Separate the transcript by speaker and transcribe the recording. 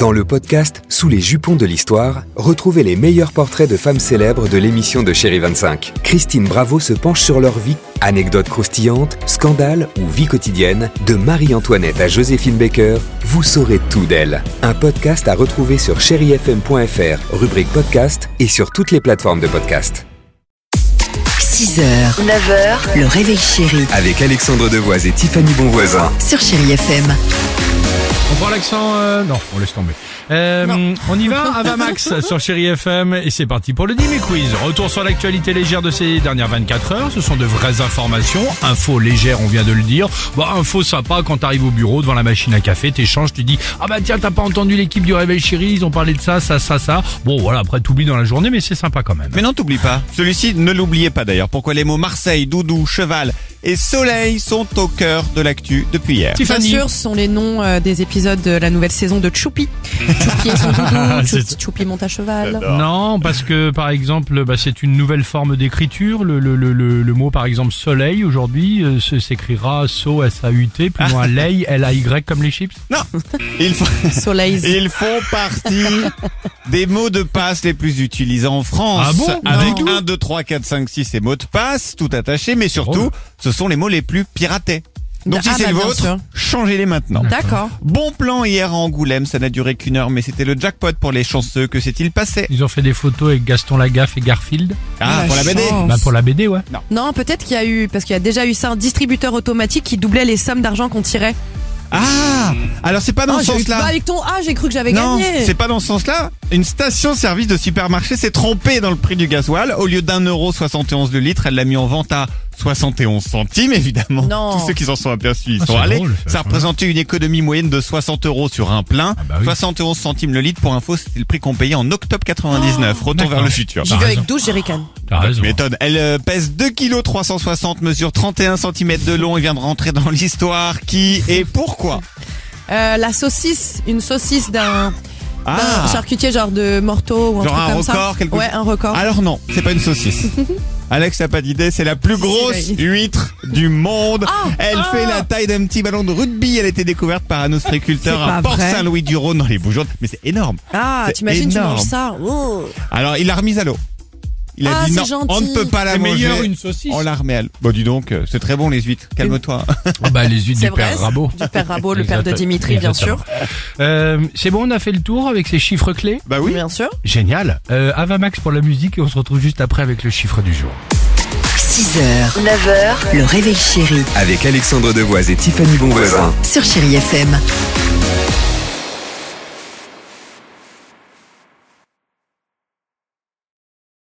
Speaker 1: Dans le podcast Sous les jupons de l'histoire, retrouvez les meilleurs portraits de femmes célèbres de l'émission de Chéri 25. Christine Bravo se penche sur leur vie, anecdotes croustillantes, scandales ou vie quotidienne, de Marie-Antoinette à Joséphine Baker, vous saurez tout d'elle. Un podcast à retrouver sur chérifm.fr, rubrique podcast et sur toutes les plateformes de podcast.
Speaker 2: 6h, 9h, le réveil chéri
Speaker 1: Avec Alexandre Devoise et Tiffany Bonvoisin.
Speaker 2: sur Chéri FM.
Speaker 3: On prend l'accent euh, Non, on laisse tomber. Euh, On y va, Avamax sur Chéri FM et c'est parti pour le Dimi Quiz. Retour sur l'actualité légère de ces dernières 24 heures. Ce sont de vraies informations, infos légères, on vient de le dire. Bah, info sympa quand t'arrives au bureau devant la machine à café, t'échanges, tu dis ah bah tiens t'as pas entendu l'équipe du Réveil Chéri, ils ont parlé de ça, ça, ça, ça. Bon voilà, après t'oublies dans la journée, mais c'est sympa quand même.
Speaker 4: Mais non, t'oublies pas. Celui-ci, ne l'oubliez pas d'ailleurs. Pourquoi les mots Marseille, Doudou, Cheval et Soleil sont au cœur de l'actu depuis hier.
Speaker 5: Bien
Speaker 3: Tiffany,
Speaker 5: sûr, ce sont les noms euh, des épisodes de la nouvelle saison de Choupi. Choupi et son doudou, Choupi, Choupi monte à cheval.
Speaker 3: Non, parce que par exemple, bah, c'est une nouvelle forme d'écriture. Le, le, le, le, le mot par exemple soleil aujourd'hui euh, se- s'écrira so s a u t plus loin lay l a y comme les chips.
Speaker 4: Non, ils font,
Speaker 5: Soleil.
Speaker 4: ils font partie des mots de passe les plus utilisés en France.
Speaker 3: Ah bon
Speaker 4: Avec
Speaker 3: Non.
Speaker 4: 1, 2, 3, 4, 5, 6 et mots de passe, tout attaché. Mais surtout,
Speaker 3: Drôle.
Speaker 4: ce sont les mots les plus piratés. Donc si
Speaker 5: Ah
Speaker 4: c'est
Speaker 5: bah,
Speaker 4: le
Speaker 5: bien
Speaker 4: vôtre,
Speaker 5: sûr.
Speaker 4: changez-les maintenant.
Speaker 5: D'accord.
Speaker 4: Bon plan hier à Angoulême, ça n'a duré qu'une heure, mais c'était le jackpot pour les chanceux. Que s'est-il passé
Speaker 3: Ils ont fait des photos avec Gaston Lagaffe et Garfield.
Speaker 4: Ah, pour la BD
Speaker 5: chance.
Speaker 3: Bah pour la BD, ouais.
Speaker 5: Non, peut-être qu'il y a eu, parce qu'il y a déjà eu ça, un distributeur automatique qui doublait les sommes d'argent qu'on tirait.
Speaker 4: Ah Alors c'est pas dans
Speaker 5: Ah,
Speaker 4: ce
Speaker 5: j'ai eu-
Speaker 4: sens-là.
Speaker 5: bah, avec ton Ah, j'ai cru que j'avais
Speaker 4: Non,
Speaker 5: gagné.
Speaker 4: c'est pas dans ce sens-là. Une station-service de supermarché s'est trompée dans le prix du gasoil. Au lieu d'un euro 71 le litre, elle l'a mis en vente à 71 centimes, évidemment.
Speaker 5: Non.
Speaker 4: Tous ceux qui s'en sont aperçus, ils
Speaker 3: Ah,
Speaker 4: sont
Speaker 3: c'est
Speaker 4: allés.
Speaker 3: drôle, ça,
Speaker 4: ça
Speaker 3: quand
Speaker 4: représentait une économie moyenne de 60 euros sur un plein.
Speaker 3: Ah bah oui.
Speaker 4: 71 centimes le litre, pour info, c'était le prix qu'on payait en octobre 99. Retour
Speaker 3: Ah, d'accord.
Speaker 4: vers le futur.
Speaker 5: J'y
Speaker 3: T'as
Speaker 5: vais
Speaker 3: raison.
Speaker 5: avec 12 jerrycans.
Speaker 3: T'as
Speaker 4: Bah,
Speaker 3: raison.
Speaker 4: tu m'étonnes. Elle euh, pèse 2 kg 360, mesure 31 cm de long et vient de rentrer dans l'histoire. Qui et pourquoi
Speaker 5: Euh, la saucisse, une saucisse d'un d'un
Speaker 4: Ah
Speaker 5: charcutier genre de morteau ou un
Speaker 4: Genre
Speaker 5: truc
Speaker 4: un
Speaker 5: comme
Speaker 4: record,
Speaker 5: ça.
Speaker 4: quelque- Ah,
Speaker 5: Ouais, un record.
Speaker 4: Alors non, c'est pas une saucisse. Alex n'a pas d'idée, c'est la plus
Speaker 5: Si,
Speaker 4: grosse
Speaker 5: oui.
Speaker 4: huître du monde.
Speaker 5: Ah,
Speaker 4: Elle
Speaker 5: ah.
Speaker 4: fait la taille d'un petit ballon de rugby. Elle a été découverte par un ostréiculteur
Speaker 5: C'est pas
Speaker 4: à
Speaker 5: vrai.
Speaker 4: Port-Saint-Louis-du-Rhône dans les Bouches-du-Rhône. Mais c'est énorme.
Speaker 5: ah,
Speaker 4: c'est
Speaker 5: t'imagines, tu
Speaker 4: énorme.
Speaker 5: manges ça. Oh.
Speaker 4: Alors il l'a remise à l'eau. Il a
Speaker 5: Ah,
Speaker 4: dit
Speaker 5: c'est
Speaker 4: non, on
Speaker 5: gentil.
Speaker 4: ne peut pas la
Speaker 3: C'est
Speaker 4: manger.
Speaker 3: meilleur une saucisse.
Speaker 4: On la remet à l'eau. Bon, dis donc, euh, c'est très bon les huîtres. Calme-toi.
Speaker 3: Ah bah les huîtres
Speaker 5: C'est
Speaker 3: du
Speaker 5: vrai.
Speaker 3: père
Speaker 5: c'est-
Speaker 3: Rabot.
Speaker 5: Du père Rabot, le père de
Speaker 3: Exact-
Speaker 5: Dimitri, bien
Speaker 3: exactement.
Speaker 5: sûr.
Speaker 3: Euh, c'est bon, on a fait le tour avec ces chiffres clés.
Speaker 4: bah oui.
Speaker 5: Bien sûr.
Speaker 3: Génial. Euh, Avamax pour la musique et on se retrouve juste après avec le chiffre du jour.
Speaker 2: 6h, 9h, le réveil chéri
Speaker 1: Avec Alexandre Devoise et Tiffany Bonvoisin.
Speaker 2: sur Chéri FM.